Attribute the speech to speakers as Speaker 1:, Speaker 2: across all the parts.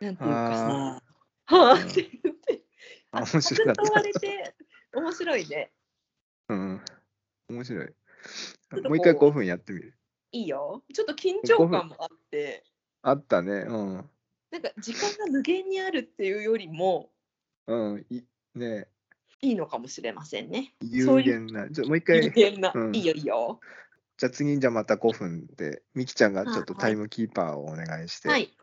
Speaker 1: なんていうかさ、
Speaker 2: あ
Speaker 1: は
Speaker 2: ー
Speaker 1: ぁって言って、
Speaker 2: あ面白かっ
Speaker 1: 誘
Speaker 2: た
Speaker 1: わ。れて、面白いね。
Speaker 2: うん。面白い
Speaker 1: ょっ。と
Speaker 2: もう一回
Speaker 1: こう
Speaker 2: 5分やってみる。
Speaker 1: いいよ。ちょっと緊張感もあって、
Speaker 2: あったね。うん。
Speaker 1: なんか時間が無限にあるっていうよりも、
Speaker 2: うん。いね
Speaker 1: いいのかもしれませんね。
Speaker 2: 有
Speaker 1: そういう
Speaker 2: 限な。ちょもう一
Speaker 1: 無
Speaker 2: 回。
Speaker 1: 限な、
Speaker 2: うん
Speaker 1: いいよいいよ。
Speaker 2: じゃあ次、じゃあまた5分で、みきちゃんがちょっと
Speaker 1: あは
Speaker 2: タ
Speaker 1: い
Speaker 2: イムキーパーをお願いして。
Speaker 1: はい。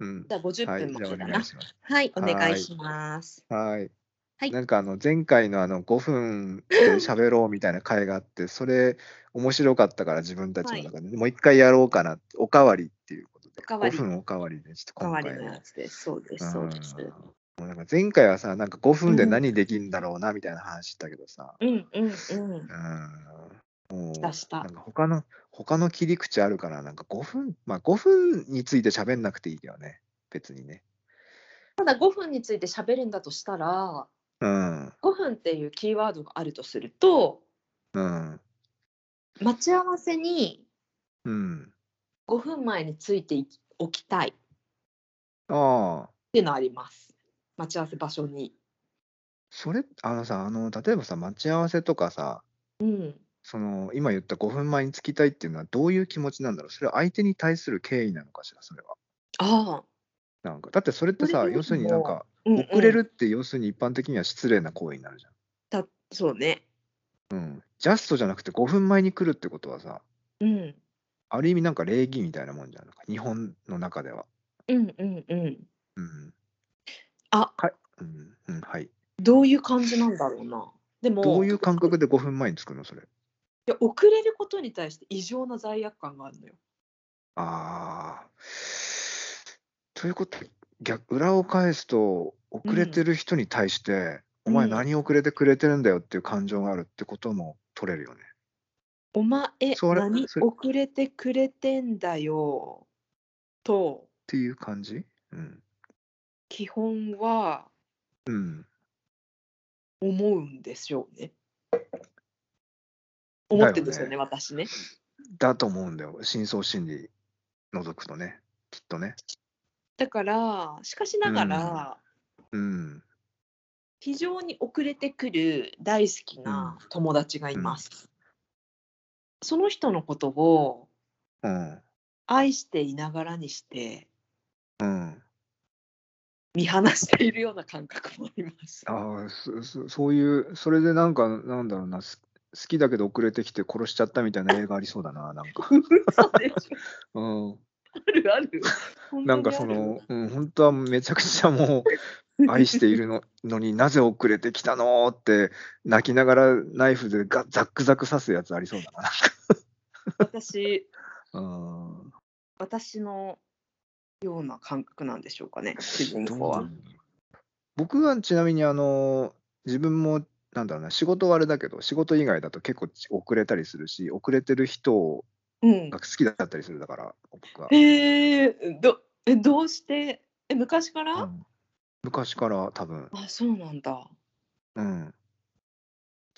Speaker 2: うん。
Speaker 1: じゃあ50
Speaker 2: はい。
Speaker 1: 分
Speaker 2: じ
Speaker 1: ま
Speaker 2: ゃあ
Speaker 1: でだ
Speaker 2: お願。
Speaker 1: ない
Speaker 2: します。
Speaker 1: はい、お
Speaker 2: は
Speaker 1: 願
Speaker 2: ー
Speaker 1: い
Speaker 2: い
Speaker 1: します。
Speaker 2: はい。
Speaker 1: はい
Speaker 2: なんかあの前回のあの5分で喋ろうみたいな回があって、それ面白かったから自分たちの中で、もう一回やろうかなって、おかわりっていうことで、
Speaker 1: おかわり
Speaker 2: 5分おかわりで、ちょっと
Speaker 1: おか
Speaker 2: 今
Speaker 1: わ
Speaker 2: 回
Speaker 1: りのやつです。そうです、そうです。
Speaker 2: うんもうなんか前回はさ、なんか5分で何できるんだろうなみたいな話したけどさ、
Speaker 1: うんうんうん。
Speaker 2: うん、もう
Speaker 1: したした
Speaker 2: なんか他の他の切り口あるから、なんか5分、まあ5分について喋んなくていいけどね、別にね。
Speaker 1: ただ5分について喋るんだとしたら、
Speaker 2: うん、
Speaker 1: 5分っていうキーワードがあるとすると、
Speaker 2: うん、
Speaker 1: 待ち合わせに
Speaker 2: うん。
Speaker 1: 5分前についておきたいっ
Speaker 2: ああ。
Speaker 1: ていうのあります。待ち合わせ場所に。
Speaker 2: それあのさあの例えばさ待ち合わせとかさ
Speaker 1: うん。
Speaker 2: その今言った5分前に着きたいっていうのはどういう気持ちなんだろうそれは相手に対する敬意なのかしらそれは
Speaker 1: ああ。
Speaker 2: なんかだってそれって
Speaker 1: そ
Speaker 2: さ
Speaker 1: れで
Speaker 2: 要するになん
Speaker 1: も
Speaker 2: か
Speaker 1: うんうん
Speaker 2: 遅れるって要するに一般的には失礼な行為になるじゃん、
Speaker 1: だそうね。
Speaker 2: ジャストじゃなくて5分前に来るってことはさ
Speaker 1: うん。
Speaker 2: ある意味なんか礼儀みたいなもんじゃんなんか日本の中では
Speaker 1: うんうんうん。
Speaker 2: うん
Speaker 1: あ
Speaker 2: はい、うんうん、はい
Speaker 1: どういう感じなんだろうな。でも、
Speaker 2: どういう
Speaker 1: い
Speaker 2: 感覚で5分前に着くのそれ
Speaker 1: や遅れることに対して異常な罪悪感があるのよ。
Speaker 2: ああ。ということ、逆、裏を返すと、遅れてる人に対して、
Speaker 1: うん
Speaker 2: お前
Speaker 1: うん
Speaker 2: 何遅れてくれてるんだよっていう感情があるってことも取れるよね。
Speaker 1: お前、
Speaker 2: それ
Speaker 1: 何
Speaker 2: それ
Speaker 1: 遅れてくれてんだよ。と、
Speaker 2: っていう感じうん。
Speaker 1: 基本は
Speaker 2: うん。
Speaker 1: 思うんでしょうね。思ってるんですよね、
Speaker 2: だ
Speaker 1: 私ね。
Speaker 2: だと思うんだよ。深層心理覗くとね。きっとね。
Speaker 1: だから、しかしながら、
Speaker 2: うん。
Speaker 1: 非常に遅れてくる大好きな友達がいます。その人のことを
Speaker 2: うん。
Speaker 1: 愛していながらにして
Speaker 2: うん。
Speaker 1: 見放しているような感覚もあります。
Speaker 2: ああ、そ、そ、そういう、それでなんか、なんだろうな、す好きだけど遅れてきて殺しちゃったみたいな映画ありそうだな、なんか。
Speaker 1: 嘘でしょ
Speaker 2: うん。
Speaker 1: あるあ る。本当に
Speaker 2: なんか
Speaker 1: ある
Speaker 2: その、うん、本当はめちゃくちゃも う愛しているののになぜ遅れてきたのって泣きながらナイフでがザックザク刺すやつありそうだな。
Speaker 1: 私
Speaker 2: うん
Speaker 1: 私のような感覚なんでしょうかね。主人公は。
Speaker 2: 僕はちなみにあの自分もなんだろうな仕事はあれだけど仕事以外だと結構ち遅れたりするし遅れてる人
Speaker 1: うん
Speaker 2: が。好きだったりするだから僕は、
Speaker 1: へえどえどうしてえ昔から、
Speaker 2: うん昔から多分、
Speaker 1: あそうなんだ。
Speaker 2: うん、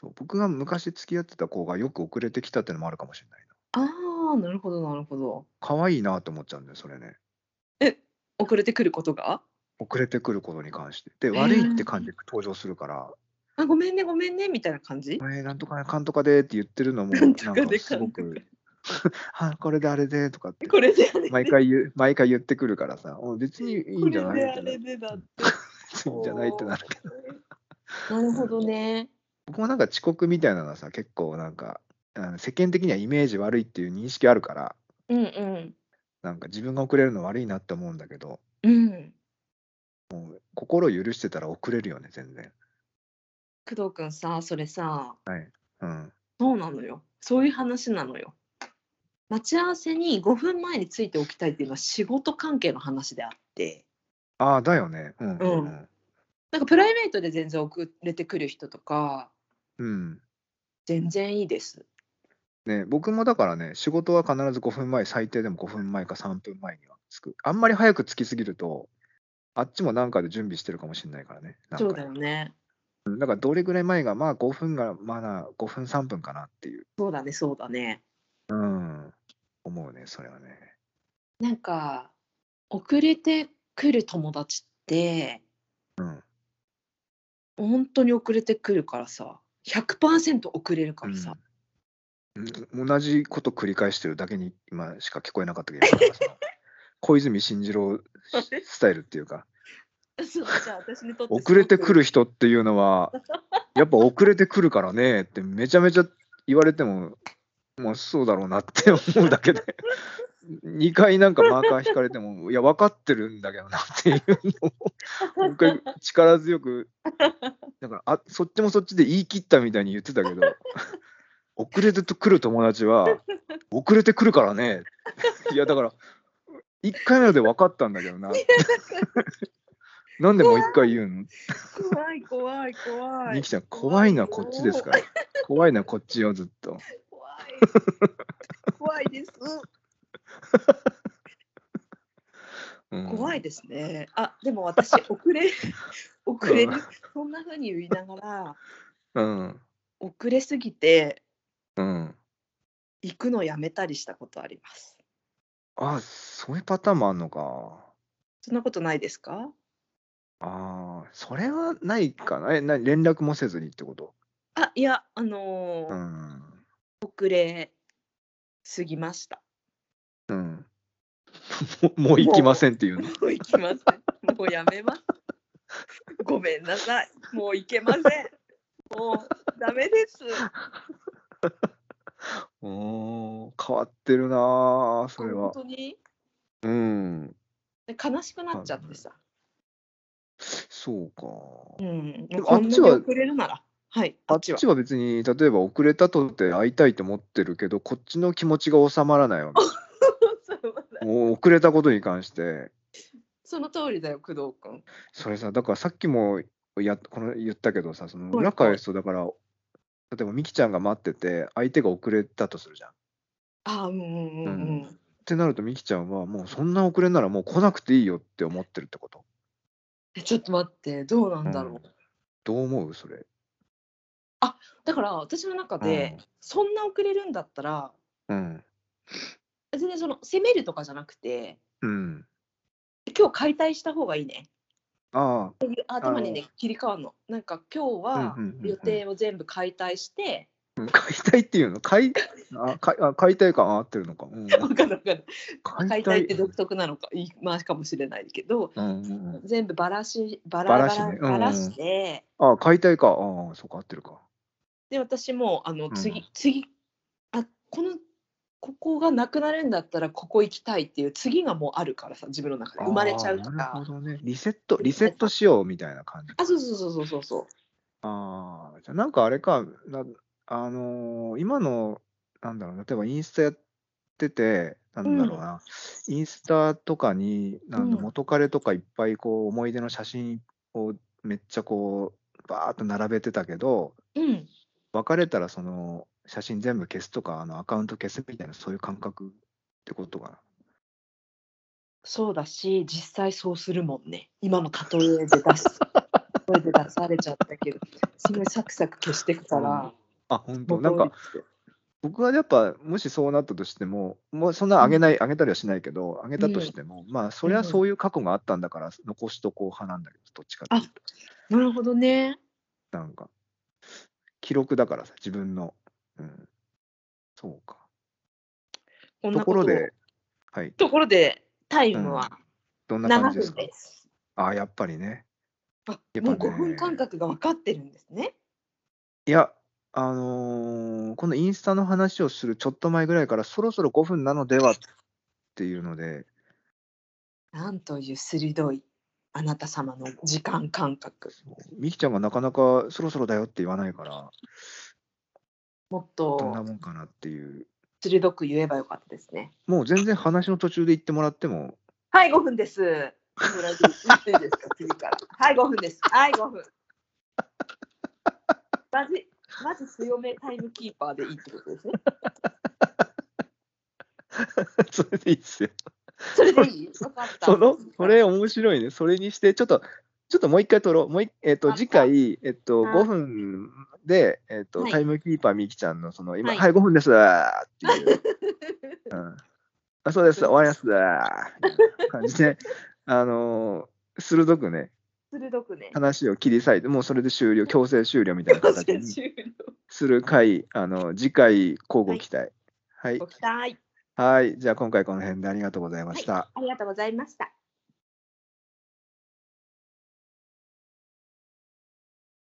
Speaker 2: そう僕が昔付き合ってた子がよく遅れてきたってのもあるかもしれない。
Speaker 1: ああなるほどなるほど。
Speaker 2: 可愛いなと思っちゃうんだよ、それね。
Speaker 1: 遅れてくることが
Speaker 2: 遅れてくることに関して。で、
Speaker 1: ー
Speaker 2: 悪いって感じで登場するから、
Speaker 1: あごめんねごめんねみたいな感じ
Speaker 2: えー、なんとかね、かんとかでって言ってるのも、な
Speaker 1: なん
Speaker 2: ん
Speaker 1: とかで
Speaker 2: かすご
Speaker 1: なんと
Speaker 2: く、あ、これであれでとかって、
Speaker 1: これであれ
Speaker 2: 毎回言う、毎回言ってくるからさ、お別にいいんじゃ
Speaker 1: こ
Speaker 2: な
Speaker 1: れであ
Speaker 2: いみたいな。
Speaker 1: れ
Speaker 2: い
Speaker 1: でだって。
Speaker 2: いんじゃないってなるけど。
Speaker 1: なるほどね。
Speaker 2: 僕もなんか遅刻みたいなのはさ、結構なんか、あの世間的にはイメージ悪いっていう認識あるから、
Speaker 1: うんうん。
Speaker 2: なんか自分が遅れるの悪いなって思うんだけど、
Speaker 1: うん。
Speaker 2: 心許してたら遅れるよね、全然。
Speaker 1: 工藤君さそれさ
Speaker 2: うん。
Speaker 1: そうなのよ。そういう話なのよ。待ち合わせに5分前についておきたいっていうのは仕事関係の話であって、
Speaker 2: ああ、だよね。うん。
Speaker 1: うんなんかプライベートで全然遅れてくる人とか、
Speaker 2: うん。
Speaker 1: 全然いいです。
Speaker 2: ね、僕もだからね、仕事は必ず5分前、最低でも5分前か3分前には着く。あんまり早く着きすぎると、あっちもなんかで準備してるかもしれないからね。なんか
Speaker 1: そうだよね。
Speaker 2: うんだからどれぐらい前が、まあ5分が、まだ5分3分かなっていう。
Speaker 1: そうだね、そうだね。
Speaker 2: うん。思うね、それはね。
Speaker 1: なんか、遅れて来る友達って
Speaker 2: うん。
Speaker 1: 本当に遅れてくるからさ100%遅れるからさ、
Speaker 2: うん、同じこと繰り返してるだけに今しか聞こえなかったけど、なんかその小泉進次郎スタイルっていうか、
Speaker 1: そうじゃあ私にとって
Speaker 2: 遅れてく
Speaker 1: る
Speaker 2: る人っていうのは、やっぱ遅れてくるからねってめちゃめちゃ言われても、まあそうだろうなって思うだけで、2回なんかマーカー引かれても、いや、分かってるんだけどなっていうのを、もう一回力強く、だからあ、そっちもそっちで言い切ったみたいに言ってたけど、遅れてくる友達は、遅れてくるからね。いや、だから、1回目で分かったんだけどな。なんでもう1回言うの
Speaker 1: 怖い怖い怖い
Speaker 2: ニキちゃん、怖いのはこっちですから。怖いのはこっちよ、ずっと。
Speaker 1: 怖い怖いです
Speaker 2: うん
Speaker 1: 怖いですねあでも 私遅れ遅れるそんな風に言いながら
Speaker 2: うん。
Speaker 1: 遅れすぎて
Speaker 2: うん。
Speaker 1: 行くのやめたりしたことあります
Speaker 2: あ、そういうパターンもあんのか。
Speaker 1: そんなことないですか
Speaker 2: ああ、それはないかな。え、な連絡もせずにってこと
Speaker 1: あいやあのー
Speaker 2: うん。
Speaker 1: 遅れすぎました
Speaker 2: うん。 もうもう行きませんっていうの。
Speaker 1: もう行きません。もうやめます。 ごめんなさい。もう行けません。もうダメです。
Speaker 2: おー変わってるなあそれ
Speaker 1: 本
Speaker 2: は。
Speaker 1: 当に
Speaker 2: うん。
Speaker 1: で悲しくなっちゃってさ。
Speaker 2: そうか。
Speaker 1: うん。
Speaker 2: も
Speaker 1: こんなに
Speaker 2: あっちは
Speaker 1: 遅れるなら。はい。
Speaker 2: あ
Speaker 1: あ
Speaker 2: っ
Speaker 1: っ
Speaker 2: ち
Speaker 1: ちは。
Speaker 2: は別に、例えば遅れたとって会いたいと思ってるけど、こっちの気持ちが収まらないわけ。 もう遅れたことに関して、
Speaker 1: その通りだよ、工藤君。
Speaker 2: それさ、だからさっきもやこの言ったけどさ、その
Speaker 1: はい
Speaker 2: 裏返すと、だから、例えばミキちゃんが待ってて、相手が遅れたとするじゃん。っ
Speaker 1: あーうんうんうんう。
Speaker 2: うんてなると、ミキちゃんはもうそんな遅れんならもう来なくていいよって思ってるってこと。
Speaker 1: えちょっと待って、どうなんだろう。
Speaker 2: うんどう思うそれ。
Speaker 1: だから私の中で、
Speaker 2: うん
Speaker 1: そんな遅れるんだったら、
Speaker 2: うん。
Speaker 1: 全然その責めるとかじゃなくて、
Speaker 2: うん。
Speaker 1: 今日解体した方がいいね。
Speaker 2: あ
Speaker 1: っていう頭にね切り替わるのなんか今日は
Speaker 2: うんうんうんうん
Speaker 1: 予定を全部解体して、
Speaker 2: あ、 解体っていうの解あ解あ解体感合ってるのか。うん、
Speaker 1: わかんないわかんない 解
Speaker 2: 解
Speaker 1: 体って独特なのか言い回しかもしれないけど、
Speaker 2: うんうんうん、
Speaker 1: 全部ばらしばらば
Speaker 2: ばらし
Speaker 1: ら
Speaker 2: ねうん
Speaker 1: ばらして、
Speaker 2: あ解体か。ああ、そうか、合ってるか。
Speaker 1: で私もあの
Speaker 2: ん
Speaker 1: 次、次あこのここがなくなるんだったらここ行きたいっていう次がもうあるからさ自分の中で生まれちゃうと
Speaker 2: ああなるほ
Speaker 1: か
Speaker 2: どね。リセット、リセットしようみたいな感じ。
Speaker 1: あそうそうそうそうそうそう
Speaker 2: ああ、じゃあなんかあれか、なあのー今の、なんだろう、例えばインスタやってて、なんだろうな、インスタとかに、なんだ
Speaker 1: うん
Speaker 2: 元彼とかいっぱいこう思い出の写真をめっちゃこう、バーっと並べてたけど、
Speaker 1: うん
Speaker 2: 別れたらその写真全部消すとか、あのアカウント消すみたいな、そういう感覚ってことかな。
Speaker 1: そうだし実際そうするもんね今の例えで出す例えで出されちゃったけどすごいサクサク消してくから、
Speaker 2: あ、本
Speaker 1: も
Speaker 2: 当
Speaker 1: う
Speaker 2: なん
Speaker 1: 効
Speaker 2: か
Speaker 1: 率
Speaker 2: 僕はやっぱもしそうなったとしても、もうそんな上げない、上げたりはしないけど、上げたとしても、まあそりゃそういう過去があったんだから、残しとこう派なんだけど、どっちかっていうと、
Speaker 1: なるほどね
Speaker 2: なんか、記録だからさ、自分の。うん。そうか。
Speaker 1: こん
Speaker 2: と
Speaker 1: な
Speaker 2: こ
Speaker 1: こと
Speaker 2: ろ
Speaker 1: を
Speaker 2: で、はい、
Speaker 1: ところでタイムは
Speaker 2: どんな
Speaker 1: 7
Speaker 2: 感
Speaker 1: 分
Speaker 2: じ
Speaker 1: で
Speaker 2: です
Speaker 1: す
Speaker 2: か、あ、やっぱりね。
Speaker 1: あ
Speaker 2: やっぱ
Speaker 1: もう
Speaker 2: ね
Speaker 1: 5分間隔が分かってるんですね
Speaker 2: いや、あのーこのインスタの話をするちょっと前ぐらいから、そろそろ5分なのではっていうので、
Speaker 1: なんという鋭いあなた様の時間感覚
Speaker 2: みきちゃんがなかなかそろそろだよって言わないから、
Speaker 1: もっ
Speaker 2: どんな
Speaker 1: と
Speaker 2: もんかなっていう。
Speaker 1: 鋭く言えばよかったですね
Speaker 2: もう全然話の途中で言ってもらっても、
Speaker 1: はい5分ですブラジル言っていいですか次からはい5分ですはい5分まずまず強めタイムキーパーでいいってことですね
Speaker 2: それでいいっすよ。
Speaker 1: それでいい分かった
Speaker 2: その、それ面白いね。それにして、ちょっと、ちょっともう一回撮ろう。もう一、えっ、と、
Speaker 1: あ
Speaker 2: 次回、えっ、と、
Speaker 1: はい
Speaker 2: 5分で、えっ、と、
Speaker 1: はい
Speaker 2: タイムキーパーみきちゃんの、その、今、
Speaker 1: は
Speaker 2: はいい、5分ですっ ていう。うん、あそうです、終わりますみたいな感じで、 あのー鋭くね、
Speaker 1: 鋭くね。
Speaker 2: 話を切り裂いて、もうそれで終了、強制終了みたいな形
Speaker 1: 終
Speaker 2: に
Speaker 1: 了
Speaker 2: する回、あの次回、交互期待。はい
Speaker 1: ご。期待。
Speaker 2: はい。じゃあ、今回この辺でありがとうございました。
Speaker 1: ありがとうございました。